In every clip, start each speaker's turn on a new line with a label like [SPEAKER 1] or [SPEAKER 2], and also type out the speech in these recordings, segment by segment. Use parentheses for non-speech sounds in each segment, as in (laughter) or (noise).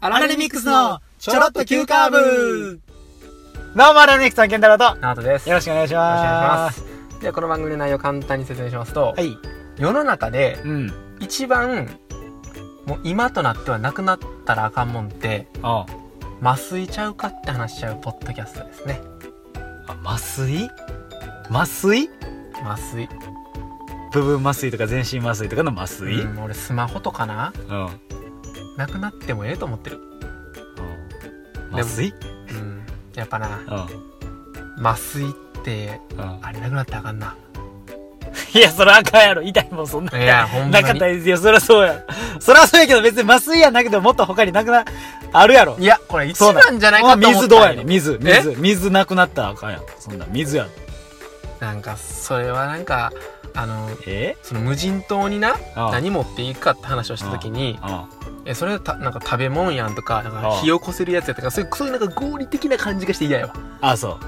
[SPEAKER 1] アラレミックスのちょろっと急カーブ
[SPEAKER 2] どうも、アラミックスのケンタロウと、
[SPEAKER 3] ナオトです。
[SPEAKER 2] よろしくお願いし
[SPEAKER 3] よろしくお願
[SPEAKER 2] ま
[SPEAKER 3] いし
[SPEAKER 2] す。
[SPEAKER 3] ます。では、この番組の内容を簡単に説明しますと、
[SPEAKER 2] はい。
[SPEAKER 3] 世の中で
[SPEAKER 2] うん。
[SPEAKER 3] 一番、もう今となってはなくなったらあかんもんって、
[SPEAKER 2] あ
[SPEAKER 3] 麻酔ちゃうかって話しちゃうポッドキャストですね。
[SPEAKER 2] あ。麻酔麻酔
[SPEAKER 3] 麻酔。
[SPEAKER 2] 部分麻酔とか全身麻酔とかの麻酔、
[SPEAKER 3] うん、俺スマホとかな、
[SPEAKER 2] うん、
[SPEAKER 3] なくなってもええと思ってる。
[SPEAKER 2] 麻酔
[SPEAKER 3] うん。やっぱな、
[SPEAKER 2] うん。
[SPEAKER 3] 麻酔って、
[SPEAKER 2] うん
[SPEAKER 3] あれなくなったらあかんな。
[SPEAKER 2] いや、そらあかんやろ。痛いもん、そんな。
[SPEAKER 3] いやほんまに
[SPEAKER 2] なかったですよ。そらそうや。そらそうやけど、別に麻酔やなくてももっと他になくな、あるやろ。
[SPEAKER 3] いや、これ一
[SPEAKER 2] そうだ
[SPEAKER 3] 番じゃないかと思ったんよ
[SPEAKER 2] 水どうやねん水、
[SPEAKER 3] え
[SPEAKER 2] 水、水なくなったらあかんやん。そんな、水や。
[SPEAKER 3] なんか、それはなんか、あの、
[SPEAKER 2] え
[SPEAKER 3] その無人島にな、
[SPEAKER 2] ああ
[SPEAKER 3] 何持っていくかって話をした時に、
[SPEAKER 2] あ
[SPEAKER 3] えそれたなんか食べ物やんとかなん
[SPEAKER 2] あ
[SPEAKER 3] か
[SPEAKER 2] あ
[SPEAKER 3] 火起こせるやつやとかそういうそういうなんか合理的な感じがして嫌やわ
[SPEAKER 2] あ。ああ、そ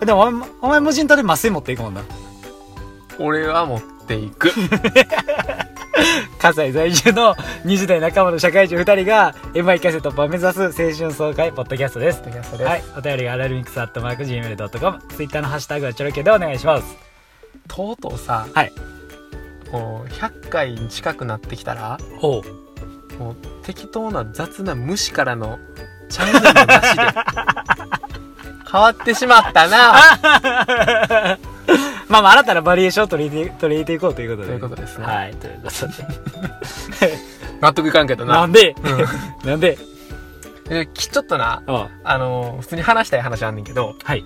[SPEAKER 2] う。でもお前、お前無人島で麻酔持っていくもんな。
[SPEAKER 3] 俺は持ってい
[SPEAKER 2] (laughs)
[SPEAKER 3] く
[SPEAKER 2] 関西在住の20代半ばの社会人2人が MI キャセ突破を目指す青春爽快ポッドキャストです。
[SPEAKER 3] は
[SPEAKER 2] はいい、お便りがアラルミックスアットマーク Gmail.com、Twitter のハッシュタグはチョロケでお願いします。
[SPEAKER 3] とうとうさ、
[SPEAKER 2] はい
[SPEAKER 3] もう100回に近くなってきたら
[SPEAKER 2] おう。
[SPEAKER 3] もう適当な雑な無視からのチャンネルのなし
[SPEAKER 2] (laughs)
[SPEAKER 3] で変わってしまったな
[SPEAKER 2] まあまあ新たなバリエーションを取り入れて取り入れていこうということで。
[SPEAKER 3] ということですね
[SPEAKER 2] はい、ということで。
[SPEAKER 3] 納得いかんけど
[SPEAKER 2] な
[SPEAKER 3] なん
[SPEAKER 2] で、なんで
[SPEAKER 3] えきちょっとな
[SPEAKER 2] あ
[SPEAKER 3] あのー普通に話したい話あんねんけど
[SPEAKER 2] はい。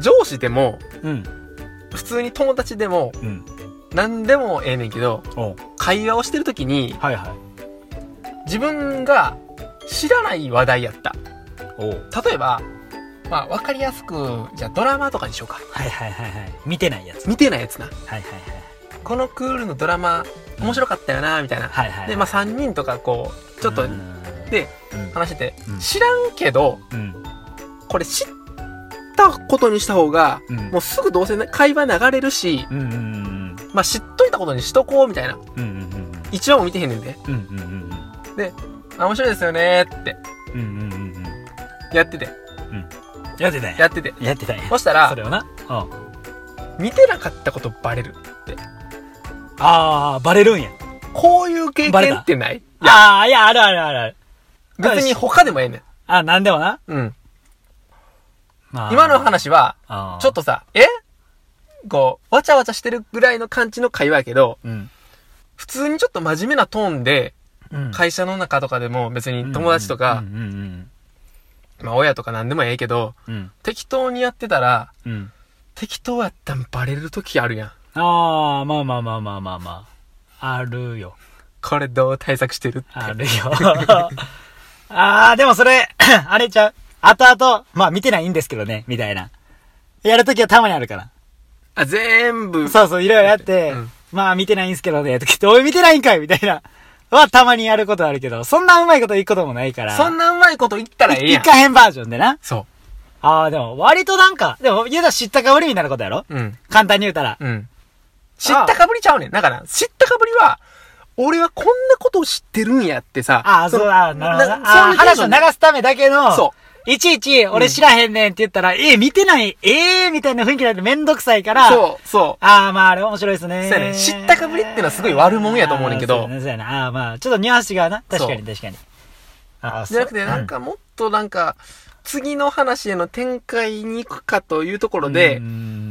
[SPEAKER 3] 上司でも
[SPEAKER 2] うん。
[SPEAKER 3] 普通に友達でも
[SPEAKER 2] うん。
[SPEAKER 3] 何でもええねんけど
[SPEAKER 2] おう
[SPEAKER 3] 会話をしてる時に
[SPEAKER 2] はいはい。
[SPEAKER 3] 自分が知らない話題やった
[SPEAKER 2] おう
[SPEAKER 3] 例えばまあ分かりやすくじゃあドラマとかにしようか
[SPEAKER 2] はいはいはいはい。見てないやつ。
[SPEAKER 3] 見てないやつな
[SPEAKER 2] はいはい
[SPEAKER 3] このクールのドラマ面白かったよなみたいな、
[SPEAKER 2] はい。はいはい。
[SPEAKER 3] でまあ3人とかこうちょっと
[SPEAKER 2] うん、
[SPEAKER 3] で
[SPEAKER 2] うん、
[SPEAKER 3] 話してて、
[SPEAKER 2] うん
[SPEAKER 3] 知らんけど
[SPEAKER 2] うん。
[SPEAKER 3] これ知ったことにした方が
[SPEAKER 2] うん。
[SPEAKER 3] もうすぐどうせ会話流れるし、
[SPEAKER 2] うんうんうん
[SPEAKER 3] まあ、知っといたことにしとこうみたいな
[SPEAKER 2] うんうんうんうん
[SPEAKER 3] 一話も見てへんねんで
[SPEAKER 2] うんうんうん
[SPEAKER 3] あ面白いですよねーって
[SPEAKER 2] うんうんうんうん
[SPEAKER 3] やってて
[SPEAKER 2] やってたんや
[SPEAKER 3] やってて
[SPEAKER 2] やってたんや
[SPEAKER 3] そしたら
[SPEAKER 2] それをなあ
[SPEAKER 3] 見てなかったことバレる
[SPEAKER 2] あーバレるんや
[SPEAKER 3] こういう経験ってないいや
[SPEAKER 2] ああいやあるあるあるある
[SPEAKER 3] 別に他でもええねん。
[SPEAKER 2] あなんでもな
[SPEAKER 3] うん。
[SPEAKER 2] まあ
[SPEAKER 3] 今の話は、
[SPEAKER 2] あー
[SPEAKER 3] ちょっとさ、えこう、わちゃわちゃしてるぐらいの感じの会話やけど、
[SPEAKER 2] うん
[SPEAKER 3] 普通にちょっと真面目なトーンで、
[SPEAKER 2] うん
[SPEAKER 3] 会社の中とかでも別に友達とか
[SPEAKER 2] う、んうん
[SPEAKER 3] まあ親とか何でもええけど、
[SPEAKER 2] うんうん
[SPEAKER 3] 適当にやってたら、
[SPEAKER 2] うんうん
[SPEAKER 3] 適当やったんバレる時あるやん。
[SPEAKER 2] ああまあまあまあまあまあまああるよ
[SPEAKER 3] これどう対策してるって。
[SPEAKER 2] あるよああでもそれあれちゃう後々まあ見てないんですけどねみたいなやるときはたまにあるから
[SPEAKER 3] あ、全部。
[SPEAKER 2] そうそう、いろいろやって、
[SPEAKER 3] うん
[SPEAKER 2] まあ見てないんすけどね、とか言って、おい見てないんかいみたいな。はたまにやることあるけど、そんなうまいこといくこともないから。
[SPEAKER 3] そんなうまいこと言ったらええ
[SPEAKER 2] 一
[SPEAKER 3] やん。
[SPEAKER 2] 回変バージョンでな。
[SPEAKER 3] そ
[SPEAKER 2] ああ、でも割となんか、でも言うたら知ったかぶりみたいなことやろ
[SPEAKER 3] う。うん。
[SPEAKER 2] 簡単に言うたら。
[SPEAKER 3] うん。知ったかぶりちゃうねん。だから、知ったかぶりは、俺はこんなことを知ってるんやってさ。
[SPEAKER 2] ああ、そう、ああ、なるほどな。ああ、
[SPEAKER 3] 話
[SPEAKER 2] 話を
[SPEAKER 3] を
[SPEAKER 2] 流
[SPEAKER 3] 長
[SPEAKER 2] すためだけの、。
[SPEAKER 3] そう
[SPEAKER 2] いちいち、俺知らへんねんって言ったら、ええ、見てない、ええみたいな雰囲気になってめんどくさいから、
[SPEAKER 3] そう、そう。
[SPEAKER 2] ああ、まああれ面白いですね。
[SPEAKER 3] そうやね知ったかぶりってのはすごい悪もんやと思うねんけど
[SPEAKER 2] あーそうやねそうやねああ、まあ、ちょっとニュアンスがな。確かに
[SPEAKER 3] そ
[SPEAKER 2] 確かに。ああ、
[SPEAKER 3] じゃなくて、なん
[SPEAKER 2] か
[SPEAKER 3] かもっとなんか、次の話への展開に行くかというところで、まあ
[SPEAKER 2] まあまあまあ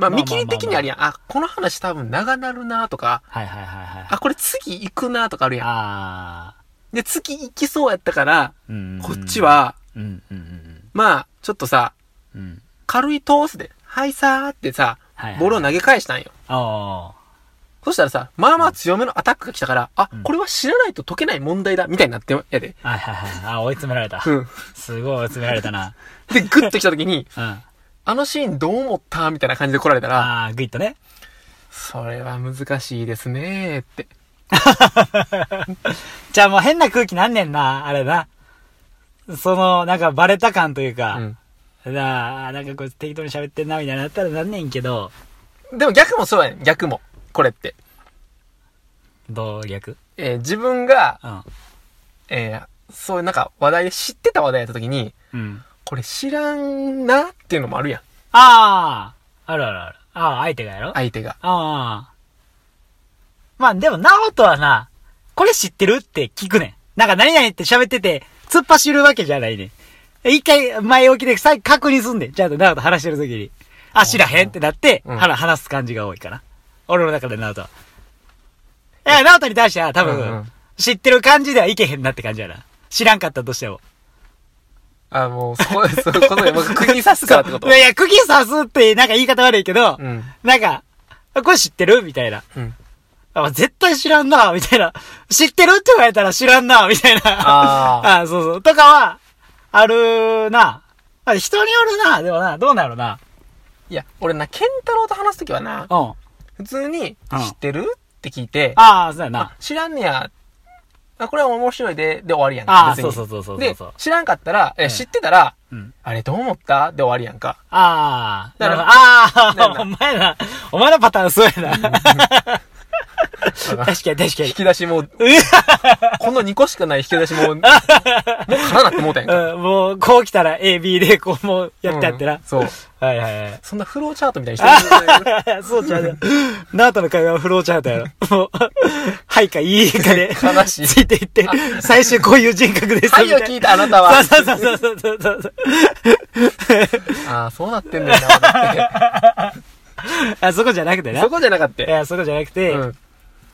[SPEAKER 2] まあ
[SPEAKER 3] 見切り的にあるやん。あ、この話多分長なるなとか、
[SPEAKER 2] はいはいはいはい。
[SPEAKER 3] あ、これ次行くなとかあるやん。
[SPEAKER 2] ああ
[SPEAKER 3] で、次行きそうやったから、
[SPEAKER 2] ー、うん
[SPEAKER 3] こっち、は、
[SPEAKER 2] うんうんうん
[SPEAKER 3] まあ、ちょっとさ、
[SPEAKER 2] うんうん。
[SPEAKER 3] 軽い通すで、はいさーってさ
[SPEAKER 2] はいは、い
[SPEAKER 3] ボールを投げ返したんよ。
[SPEAKER 2] あ
[SPEAKER 3] そしたらさ、まあまあ強めのアタックが来たから、あ
[SPEAKER 2] う、ん
[SPEAKER 3] これは知らないと解けない問題だ、みたいになってやで。
[SPEAKER 2] あ、はいはいはい。あー追い詰められた
[SPEAKER 3] う。ん。
[SPEAKER 2] すごい追い詰められたな。
[SPEAKER 3] で、グッと来た時に、
[SPEAKER 2] うん。あ
[SPEAKER 3] あのシーンどう思ったみたいな感じで来られたら、
[SPEAKER 2] あー、グイッとね。
[SPEAKER 3] それは難しいですねーって。
[SPEAKER 2] じゃあもう変な空気なんねんな、あれな。その、なんかバレた感という
[SPEAKER 3] う
[SPEAKER 2] か、
[SPEAKER 3] ん。
[SPEAKER 2] なあなんかこいつ適当に喋ってんな、みたいになったらなんねんけど、
[SPEAKER 3] でも逆もそうやねん、逆も。これって。
[SPEAKER 2] どう逆
[SPEAKER 3] えー自分が、
[SPEAKER 2] うん。
[SPEAKER 3] えーそういうなんか話題で知ってた話題やった時に、
[SPEAKER 2] うん。
[SPEAKER 3] これ知らんなっていうのもあるやん。
[SPEAKER 2] ああ、あるあるある。ああ、相手がやろ
[SPEAKER 3] 相手が。
[SPEAKER 2] ああ。まあでも、ナオトはな、これ知ってるって聞くねん。なんか何々って喋ってて、突っ走るわけじゃないねん。一回前置きで再確認すんでん。ちゃんとナオト話してる時に。あ、知らへんってなって、
[SPEAKER 3] うん
[SPEAKER 2] はら話す感じが多いかな。俺の中でナオトは。いや、ナオトに対しては多分、
[SPEAKER 3] うんうん
[SPEAKER 2] 知ってる感じではいけへんなって感じやな。知らんかったとしても。
[SPEAKER 3] あ、もう、そう、そういうことで、
[SPEAKER 2] (laughs)
[SPEAKER 3] 僕、釘刺すからってこと
[SPEAKER 2] いやいや、釘刺すってなんか言い方悪いけど、
[SPEAKER 3] うん。
[SPEAKER 2] なんか、これ知ってるみたいな。
[SPEAKER 3] うん。
[SPEAKER 2] あ、絶対知らんな、みたいな。知ってるって言われたら知らんな、みたいな。
[SPEAKER 3] あー
[SPEAKER 2] (laughs) あ。そうそう。とかは、あるな。あ人によるな、でもな、どうなるな。
[SPEAKER 3] いや、俺な、ケンタロウと話すときはな、
[SPEAKER 2] うん。あ
[SPEAKER 3] 普通に、
[SPEAKER 2] うん
[SPEAKER 3] 知ってるって聞いて、
[SPEAKER 2] あー、そうやな。
[SPEAKER 3] 知らんねや。あ、これは面白いで、で終わりやんか。
[SPEAKER 2] ああ、
[SPEAKER 3] 別
[SPEAKER 2] そ
[SPEAKER 3] に
[SPEAKER 2] うそうそうそうそう
[SPEAKER 3] で
[SPEAKER 2] そう、。
[SPEAKER 3] 知らんかったら、
[SPEAKER 2] ん
[SPEAKER 3] え、知ってたら、
[SPEAKER 2] うん。
[SPEAKER 3] あれどう思ったで終わりやんか。
[SPEAKER 2] ああ、
[SPEAKER 3] だ
[SPEAKER 2] なる
[SPEAKER 3] か
[SPEAKER 2] ほ
[SPEAKER 3] ら
[SPEAKER 2] ど。あ
[SPEAKER 3] だよ
[SPEAKER 2] あ、
[SPEAKER 3] な
[SPEAKER 2] お前ら、お前のパターンそう (laughs) やな。確かに確か
[SPEAKER 3] (laughs) 引
[SPEAKER 2] に。
[SPEAKER 3] き出しもう、この2個しかない引き出し
[SPEAKER 2] (laughs)
[SPEAKER 3] もう、もう空なってもうたやんか。
[SPEAKER 2] うん、もう、こう来たら A、B で、こうもうやってやって
[SPEAKER 3] う
[SPEAKER 2] な。
[SPEAKER 3] んそう。
[SPEAKER 2] はいはいはい。
[SPEAKER 3] そんなフローチャートみたいにしてる。
[SPEAKER 2] (laughs) そうちゃうよ。ナートの会話はフローチャートやろ。もう、はいかいいかで、
[SPEAKER 3] 悲しい
[SPEAKER 2] ついていって、最終こういう人格です。
[SPEAKER 3] はいを聞いたあなたは。
[SPEAKER 2] そうそうそうそうそうそう。
[SPEAKER 3] ああ、そうなってんだよな、
[SPEAKER 2] あ、そこじゃなく
[SPEAKER 3] 俺
[SPEAKER 2] て (laughs)
[SPEAKER 3] って。
[SPEAKER 2] な。
[SPEAKER 3] そこじゃなかった
[SPEAKER 2] い。や、そこじゃなくて、
[SPEAKER 3] うん。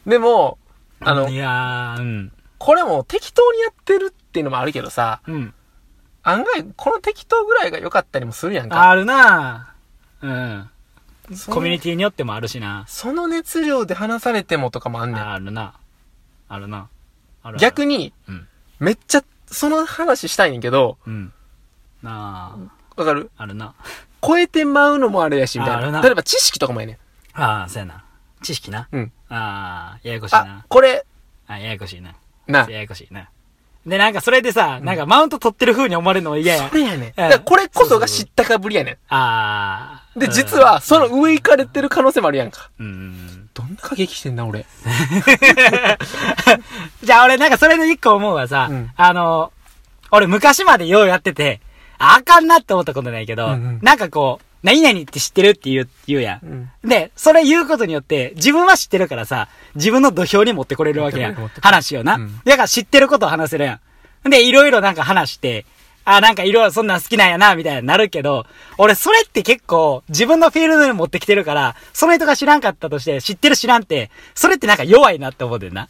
[SPEAKER 3] でも、あの
[SPEAKER 2] い、やー、うん。
[SPEAKER 3] これも適当にやってるっていうのもあるけどさ、
[SPEAKER 2] うん。
[SPEAKER 3] 案外、この適当ぐらいが良かったりもするやんか。
[SPEAKER 2] あるなうん。
[SPEAKER 3] その
[SPEAKER 2] コミュニティによってもあるしな。
[SPEAKER 3] その熱量で話されてもとかもあんねん。
[SPEAKER 2] あるな。あるな。あるある
[SPEAKER 3] 逆に、
[SPEAKER 2] うん。
[SPEAKER 3] めっちゃ、その話したいねんけど、
[SPEAKER 2] うん。な
[SPEAKER 3] わかる
[SPEAKER 2] あ、あるな。
[SPEAKER 3] 超えてまうのもあれやし、みた
[SPEAKER 2] ああ
[SPEAKER 3] い
[SPEAKER 2] る
[SPEAKER 3] な。
[SPEAKER 2] な
[SPEAKER 3] 例えば知識とかもやね
[SPEAKER 2] ああ、そうやな。知識な。
[SPEAKER 3] ん。うん。
[SPEAKER 2] ああ、ややこしい
[SPEAKER 3] あ
[SPEAKER 2] な、。
[SPEAKER 3] これ、
[SPEAKER 2] あ、ややこしいな。
[SPEAKER 3] な。
[SPEAKER 2] ややこしいな。で、なんかそれでさ、なんかマウント取ってる風に思われるのも嫌や
[SPEAKER 3] こ。れやねん。だからこれこそが知ったかぶりやね
[SPEAKER 2] あ
[SPEAKER 3] ん。
[SPEAKER 2] ー。
[SPEAKER 3] で、
[SPEAKER 2] うん
[SPEAKER 3] 実、は、その上行かれてる可能性もあるやんか。
[SPEAKER 2] うん。
[SPEAKER 3] どんな過激してんな、俺。
[SPEAKER 2] じゃあ俺なんかそれで一個思うはさ、
[SPEAKER 3] うん
[SPEAKER 2] あの、俺昔までようやってて、ああかんなって思ったことないけど、
[SPEAKER 3] うんうん
[SPEAKER 2] なんかこう、何々って知ってるって言う、言うやん。
[SPEAKER 3] ん。
[SPEAKER 2] で、それ言うことによって、自分は知ってるからさ、自分の土俵に持ってこれるわけや
[SPEAKER 3] 持っ
[SPEAKER 2] ん
[SPEAKER 3] てこれる持ってこれる。
[SPEAKER 2] 話をな。
[SPEAKER 3] うん
[SPEAKER 2] だから知ってることを話せるやん。で、いろいろなんか話して、あ、なんかいろいろそんなん好きなんやな、みたいになるけど、俺それって結構自分のフィールドに持ってきてるから、その人が知らんかったとして、知ってる知らんって、それってなんか弱いなって思うてんな。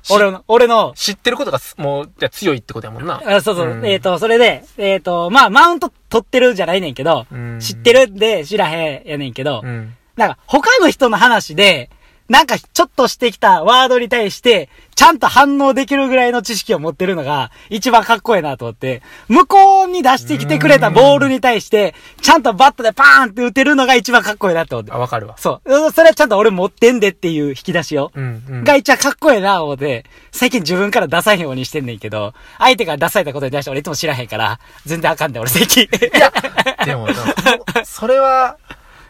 [SPEAKER 3] し
[SPEAKER 2] 俺の、俺の、
[SPEAKER 3] 知ってることがす、もう、じゃあ強いってことやもんな。
[SPEAKER 2] あそうそう。
[SPEAKER 3] ん
[SPEAKER 2] えっ、と、それで、えっ、と、まあ、マウント取ってるじゃないねんけど、
[SPEAKER 3] うん
[SPEAKER 2] 知ってるんで知らへんやねんけど、
[SPEAKER 3] うん。
[SPEAKER 2] なんか、他の人の話で、なんか、ちょっとしてきたワードに対して、ちゃんと反応できるぐらいの知識を持ってるのが、一番かっこいいなと思って、向こうに出してきてくれたボールに対して、ちゃんとバットでパーンって打てるのが一番かっこいいなと思って
[SPEAKER 3] あ、。わかるわ。
[SPEAKER 2] そううん。それはちゃんと俺持ってんでっていう引き出しを。
[SPEAKER 3] うん。うん。
[SPEAKER 2] が一番かっこいいな、思って、最近自分から出さへんようにしてんねんけど、相手が出されたことに対して俺いつも知らへんから、全然あかんで、俺最近。
[SPEAKER 3] いや、 (laughs) でもな、そそれは、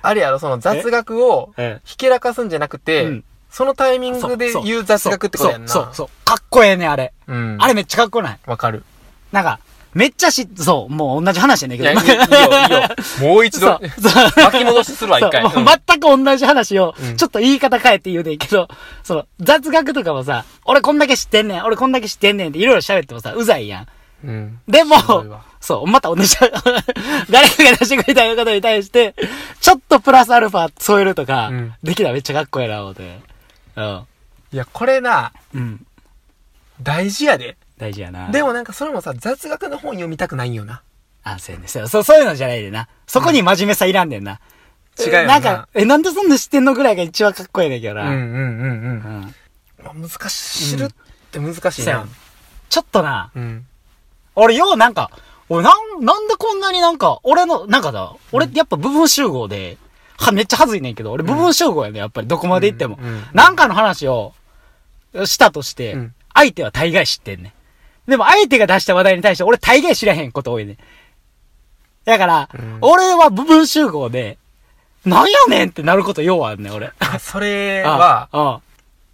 [SPEAKER 3] あれやろ、その雑学を
[SPEAKER 2] ええ
[SPEAKER 3] ひけらかすんじゃなくて、
[SPEAKER 2] うん
[SPEAKER 3] そのタイミングで言う雑学ってことやんな。
[SPEAKER 2] そう、そう、そうそうかっこええねん、あれ。
[SPEAKER 3] うん。
[SPEAKER 2] あれめっちゃかっこない。
[SPEAKER 3] わかる。
[SPEAKER 2] なんか、めっちゃし、そう、もう同じ話やねん
[SPEAKER 3] い
[SPEAKER 2] け
[SPEAKER 3] や、
[SPEAKER 2] ど。
[SPEAKER 3] いいよ、いいよ。もう一
[SPEAKER 2] (laughs) そ
[SPEAKER 3] 度
[SPEAKER 2] う、。そう
[SPEAKER 3] 巻き戻しするわ、一回。
[SPEAKER 2] そう
[SPEAKER 3] うん
[SPEAKER 2] もう全く同じ話を
[SPEAKER 3] うん、
[SPEAKER 2] ちょっと言い方変えて言うねんけど、その、雑学とかもさ、俺こんだけ知ってんねん、俺こんだけ知ってんねんっていろいろ喋ってもさ、うざいやん。
[SPEAKER 3] うん。
[SPEAKER 2] でも
[SPEAKER 3] ごいわ、
[SPEAKER 2] そう、また同じ、 (laughs) 誰かが出してくれたことに対して、ちょっとプラスアルファ添えるとか
[SPEAKER 3] うん、
[SPEAKER 2] できたらめっちゃかっこいいな、思って。うん。
[SPEAKER 3] いや、これな、
[SPEAKER 2] うん。
[SPEAKER 3] 大事やで。
[SPEAKER 2] 大事やな。
[SPEAKER 3] でもなんかそれもさ、雑学の本読みたくないんよな。
[SPEAKER 2] あ、そうやね。そう、そうそういうのじゃないでな。そこに真面目さいらんねんな。
[SPEAKER 3] うん違うよな
[SPEAKER 2] なんか、え、なんでそんな知ってんのぐらいが一番かっこいいねんけど
[SPEAKER 3] うんう
[SPEAKER 2] な。
[SPEAKER 3] んうんう。
[SPEAKER 2] うんん。
[SPEAKER 3] まあ難しい。知るって難しい
[SPEAKER 2] そうや。
[SPEAKER 3] なん
[SPEAKER 2] ちょっとな、
[SPEAKER 3] うん。
[SPEAKER 2] 俺ようなんか、俺なん、なんでこんなになんか、俺の、なんかだ、俺ってやっぱ部分集合で、は、めっちゃ恥ずいねんけど、俺部分集合やねやっぱりどこまで行っても
[SPEAKER 3] うんうんうん。
[SPEAKER 2] なんかの話を、したとして
[SPEAKER 3] うん、
[SPEAKER 2] 相手は大概知ってんねん。でも相手が出した話題に対して俺大概知らへんこと多いねん。だから
[SPEAKER 3] うん、
[SPEAKER 2] 俺は部分集合で、なんやねんってなることようあんねん、俺。
[SPEAKER 3] あそれは、
[SPEAKER 2] あ、あ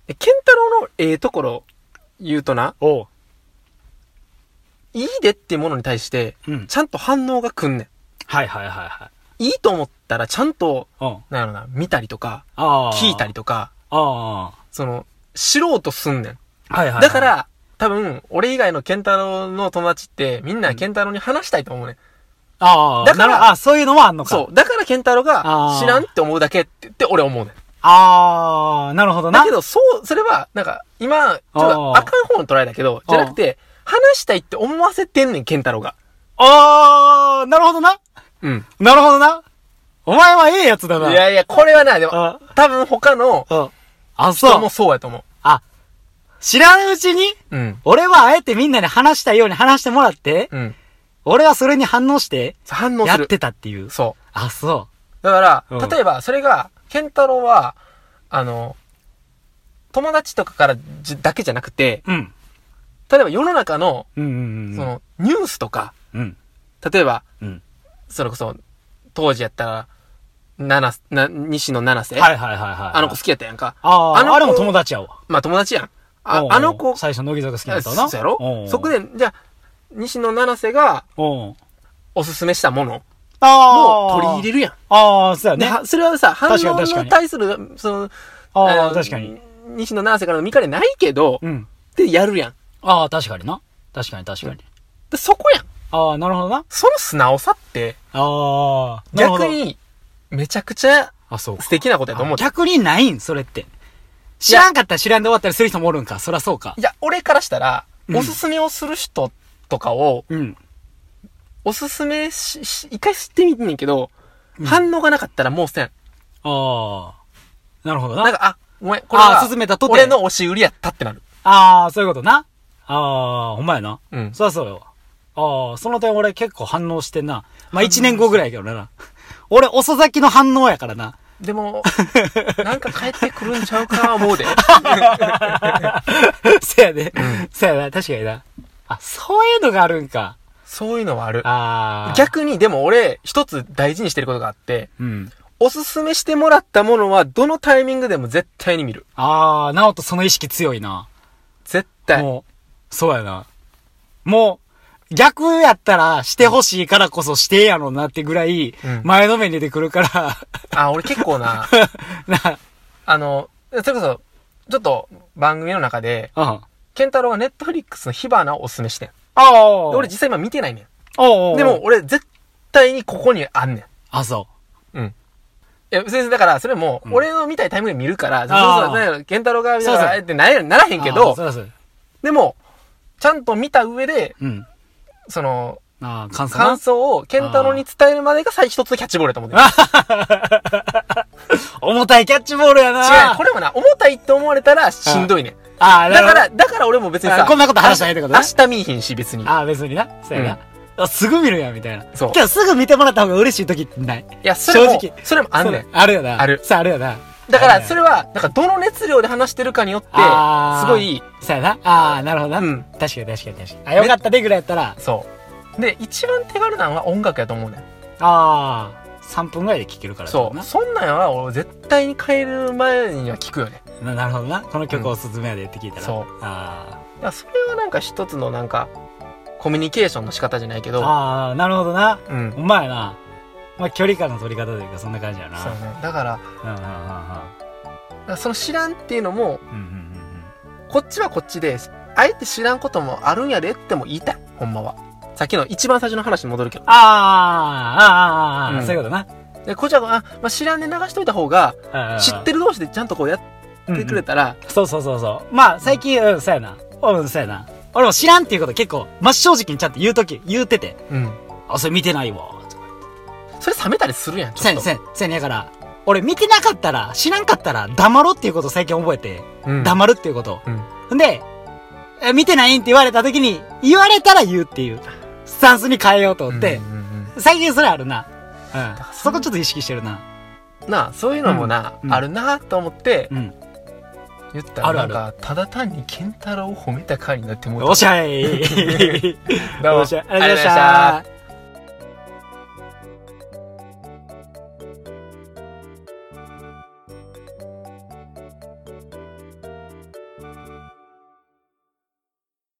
[SPEAKER 3] えケンタロウのええところ言うとな、
[SPEAKER 2] おう。
[SPEAKER 3] いいでっていうものに対して、
[SPEAKER 2] うん。
[SPEAKER 3] ちゃんと反応がくんね
[SPEAKER 2] はいはいはいはい。
[SPEAKER 3] ん。いいと思ったら、ちゃんと、
[SPEAKER 2] うん。
[SPEAKER 3] なんやろな、見たりとか、
[SPEAKER 2] ああ。
[SPEAKER 3] 聞いた。りとか、
[SPEAKER 2] あ
[SPEAKER 3] その、知ろうとすんねん。
[SPEAKER 2] あ。はいはいはい。
[SPEAKER 3] だから、多分、俺以外のケンタロウの友達って、みんなケンタロウに話したいと思うねん。
[SPEAKER 2] ああ。
[SPEAKER 3] だから
[SPEAKER 2] なるほどあそういうのもあんのか。
[SPEAKER 3] そう。だからケンタロウ
[SPEAKER 2] あ
[SPEAKER 3] が
[SPEAKER 2] ー、
[SPEAKER 3] 知らんって思うだけって言って、俺思うねん。
[SPEAKER 2] ああ、なるほどな。
[SPEAKER 3] だけど、そう、それは、なんか、今、ちょっと、
[SPEAKER 2] あー
[SPEAKER 3] あかん方のトライだけど、じゃなくて、話したいって思わせてんねん、ケンタロウが。
[SPEAKER 2] ああ、なるほどな。
[SPEAKER 3] うん。
[SPEAKER 2] なるほどな。お前はええやつだ
[SPEAKER 3] い
[SPEAKER 2] な。
[SPEAKER 3] やいや、これはな、でも、
[SPEAKER 2] あ、
[SPEAKER 3] 多分他の
[SPEAKER 2] あ、あ、そ
[SPEAKER 3] 人
[SPEAKER 2] う
[SPEAKER 3] も。そうやと思
[SPEAKER 2] あ、知らないうちに、
[SPEAKER 3] う。うん。
[SPEAKER 2] 俺はあえてみんなに話したいように話してもらって、
[SPEAKER 3] うん。
[SPEAKER 2] 俺はそれに反応して、
[SPEAKER 3] 反応
[SPEAKER 2] や
[SPEAKER 3] す
[SPEAKER 2] っ
[SPEAKER 3] る。
[SPEAKER 2] てたっていう。
[SPEAKER 3] そう。
[SPEAKER 2] あ、そ
[SPEAKER 3] だから、
[SPEAKER 2] うん
[SPEAKER 3] 例えば、それが、ケンタロウは、あの、友達とかからじだけじゃなくて、
[SPEAKER 2] う。うん。
[SPEAKER 3] 例えば世の中の、
[SPEAKER 2] うんうんうん。
[SPEAKER 3] その、ニュースとか、
[SPEAKER 2] うん。
[SPEAKER 3] 例えば、
[SPEAKER 2] うん。
[SPEAKER 3] それこそ、当時やったら、七瀬、な、西野七瀬、
[SPEAKER 2] はいはいはいはい。
[SPEAKER 3] あの子好きやったやんか。
[SPEAKER 2] あ
[SPEAKER 3] あの
[SPEAKER 2] あ、
[SPEAKER 3] 子
[SPEAKER 2] あれも友達やわ。
[SPEAKER 3] まあ友達やん。あ
[SPEAKER 2] おうお、う
[SPEAKER 3] あの子、
[SPEAKER 2] 最初、乃木坂好きだったわ
[SPEAKER 3] そ
[SPEAKER 2] な。
[SPEAKER 3] うやろ
[SPEAKER 2] おうおう
[SPEAKER 3] そこ。で、じゃあ西野七瀬が
[SPEAKER 2] おう
[SPEAKER 3] おすすめしたもの
[SPEAKER 2] ああ。
[SPEAKER 3] を取り入れるやん。
[SPEAKER 2] ああ、そうや
[SPEAKER 3] で
[SPEAKER 2] ね。
[SPEAKER 3] はそれはさ、反応
[SPEAKER 2] 確かに確か
[SPEAKER 3] に
[SPEAKER 2] に
[SPEAKER 3] 対する、その、
[SPEAKER 2] ああ、
[SPEAKER 3] の
[SPEAKER 2] 確かに。。
[SPEAKER 3] 西野七瀬からの見かねないけど、
[SPEAKER 2] うん。
[SPEAKER 3] でやるやん。
[SPEAKER 2] ああ、確かにな。確かに確かに。
[SPEAKER 3] でそこやん。
[SPEAKER 2] ああ、なるほどな。
[SPEAKER 3] その素直さって、
[SPEAKER 2] ああ、なるほど
[SPEAKER 3] 逆。に、めちゃくちゃ
[SPEAKER 2] あ、そうか
[SPEAKER 3] 素敵なことやと思う。
[SPEAKER 2] 逆にないん、それって。知らんかったら知らんで終わったりする人もおるんか。そらそうか
[SPEAKER 3] い。や、俺からしたら、
[SPEAKER 2] うん
[SPEAKER 3] おすすめをする人とかを、
[SPEAKER 2] うん。
[SPEAKER 3] おすすめし、し一回知ってみてんねんけど、反応がなかったらもうせん。
[SPEAKER 2] ああ。なるほど
[SPEAKER 3] なん
[SPEAKER 2] な。
[SPEAKER 3] か、あ、ごめん、これは、
[SPEAKER 2] あ勧めたとて
[SPEAKER 3] 俺の押し売りやったってなる。
[SPEAKER 2] ああ、そういうことな。ああ、ほんまやな。
[SPEAKER 3] うん。
[SPEAKER 2] そらそうよ。ああ、その点俺結構反応してんな。まあ、一年後ぐらいやけどな。俺遅咲きの反応やからな。
[SPEAKER 3] で (laughs) も、なんか帰ってくるんちゃうか、思う (laughs) で。
[SPEAKER 2] (laughs) せやで。せやな、確かにな。あ、そういうのがあるんか。
[SPEAKER 3] そういうのはある。
[SPEAKER 2] ああ。。
[SPEAKER 3] 逆に、でも俺、一つ大事にしてることがあって、
[SPEAKER 2] うん。
[SPEAKER 3] おすすめしてもらったものは、どのタイミングでも絶対に見る。
[SPEAKER 2] ああ、なおとその意識強いな。
[SPEAKER 3] 絶対。
[SPEAKER 2] もう、そうやな。もう、逆やったらしてほしいからこそしてやろうなってぐらい
[SPEAKER 3] うん、
[SPEAKER 2] 前のめりでくるから、 (laughs)
[SPEAKER 3] あ、俺結構な、
[SPEAKER 2] な、
[SPEAKER 3] あの、それこそ、ちょっと番組の中で、
[SPEAKER 2] うん。あ
[SPEAKER 3] ケンタロウがネットフリックスの火花をおすすめしてん。で
[SPEAKER 2] あ
[SPEAKER 3] 俺実際今見てないね
[SPEAKER 2] お
[SPEAKER 3] ん。
[SPEAKER 2] う
[SPEAKER 3] でも、俺絶対にここにあんねん。い
[SPEAKER 2] あ、そ
[SPEAKER 3] や、先生だから、それも、
[SPEAKER 2] うん
[SPEAKER 3] 俺の見たいタイミングで見るから、そう
[SPEAKER 2] あー
[SPEAKER 3] そう、なんやろ、ケンタロウが見た
[SPEAKER 2] そうそう
[SPEAKER 3] ら、えってならならへ
[SPEAKER 2] う。
[SPEAKER 3] んけ
[SPEAKER 2] あ
[SPEAKER 3] ど
[SPEAKER 2] そ、らそう。
[SPEAKER 3] でも、ちゃんと見た上で、
[SPEAKER 2] うん。
[SPEAKER 3] その、
[SPEAKER 2] ああ、感想な
[SPEAKER 3] 感想をケンタロウに伝えるまでが最一つのキャッチボールだと思ってる。
[SPEAKER 2] 重たいキャッチボールやな。
[SPEAKER 3] 違う、これもな、重たいって思われたらしんどいねん。
[SPEAKER 2] ああ、
[SPEAKER 3] だ
[SPEAKER 2] なる
[SPEAKER 3] か
[SPEAKER 2] ほど
[SPEAKER 3] ら、だから俺も別に
[SPEAKER 2] あ
[SPEAKER 3] さ、
[SPEAKER 2] こんなこと話したらええってことね
[SPEAKER 3] 明日見いひんし、別に。
[SPEAKER 2] ああ、別にな。そうやな。あすぐ見るやん、みたいな。
[SPEAKER 3] そう
[SPEAKER 2] けどすぐ見てもらった方が嬉しい時ってない。
[SPEAKER 3] いや、それも
[SPEAKER 2] 正直、
[SPEAKER 3] それもあんねん
[SPEAKER 2] そう。あるよな。
[SPEAKER 3] ある
[SPEAKER 2] さあ、あるよな。
[SPEAKER 3] だから、
[SPEAKER 2] れ
[SPEAKER 3] それは、なんか、どの熱量で話してるかによって、
[SPEAKER 2] あ
[SPEAKER 3] す
[SPEAKER 2] ー
[SPEAKER 3] ごい、
[SPEAKER 2] そうやな。ああ、なるほどな。
[SPEAKER 3] うん
[SPEAKER 2] 確かに確かに確かに。あ、よかったでぐらいやったら、あ
[SPEAKER 3] そう。で、一番手軽なのは音楽やと思うねん。
[SPEAKER 2] あ、3分ぐらいで聴けるからだ
[SPEAKER 3] そ
[SPEAKER 2] もん
[SPEAKER 3] う。
[SPEAKER 2] な
[SPEAKER 3] そんなんは、俺、絶対に帰る前には聞くよね。
[SPEAKER 2] な。なるほどな。この曲おすすめやでって聞いたら。
[SPEAKER 3] そう
[SPEAKER 2] あ
[SPEAKER 3] だから、それはなんか、一つの、なんか、コミュニケーションの仕方じゃないけ
[SPEAKER 2] あ。
[SPEAKER 3] ど、
[SPEAKER 2] ああ、なるほどな。
[SPEAKER 3] うん。
[SPEAKER 2] ほんまやな。まあ、距離感の取り方というか、そんな感じやな。
[SPEAKER 3] そうね。だから、
[SPEAKER 2] うんうんうん
[SPEAKER 3] だ
[SPEAKER 2] う
[SPEAKER 3] からその知らんっていうのも、
[SPEAKER 2] ん。うんうんうんうん。
[SPEAKER 3] こっちはこっちで、あえて知らんこともあるんやでっても言いたい。ほんまは。さっきの一番最初の話に戻るけど。
[SPEAKER 2] ああ、ああ、ああ、ああ
[SPEAKER 3] うん
[SPEAKER 2] そういうことな。
[SPEAKER 3] で、こっちは、あ、まあ、知らんで流しといた方が、知ってる同士でちゃんとこうやってくれ
[SPEAKER 2] た、
[SPEAKER 3] たら、
[SPEAKER 2] うんうんそうそうそうそう。まあ、最近、うん、そうやな。うん、そうやな。俺も知らんっていうこと結構、真っ正直にちゃんと言うとき、言うてて。
[SPEAKER 3] うん。
[SPEAKER 2] あ、それ見てないわ。
[SPEAKER 3] それ冷めたりするやん、ち
[SPEAKER 2] せ
[SPEAKER 3] ょっ
[SPEAKER 2] ん
[SPEAKER 3] と。
[SPEAKER 2] せんせんやから俺見てなかったら知らんかったら黙ろうっていうことを最近覚えて、
[SPEAKER 3] うん
[SPEAKER 2] 黙るっていうこと
[SPEAKER 3] うん。
[SPEAKER 2] んでえ見てないんって言われた時に言われたら言うっていうスタンスに変えようと思って
[SPEAKER 3] うん、うん
[SPEAKER 2] 最近それあるなうん
[SPEAKER 3] ら
[SPEAKER 2] そこちょっと意識してるな
[SPEAKER 3] うんなあ、そういうのもな、
[SPEAKER 2] うん
[SPEAKER 3] あるなと思って、
[SPEAKER 2] うん
[SPEAKER 3] 言ったら、
[SPEAKER 2] ある
[SPEAKER 3] な
[SPEAKER 2] あ
[SPEAKER 3] ん
[SPEAKER 2] る
[SPEAKER 3] か、ただ単にケンタロウを褒めた回になってもうた
[SPEAKER 2] おしゃ
[SPEAKER 3] どうも
[SPEAKER 2] いおしゃい
[SPEAKER 3] ありがとうございました
[SPEAKER 2] ありがとうございました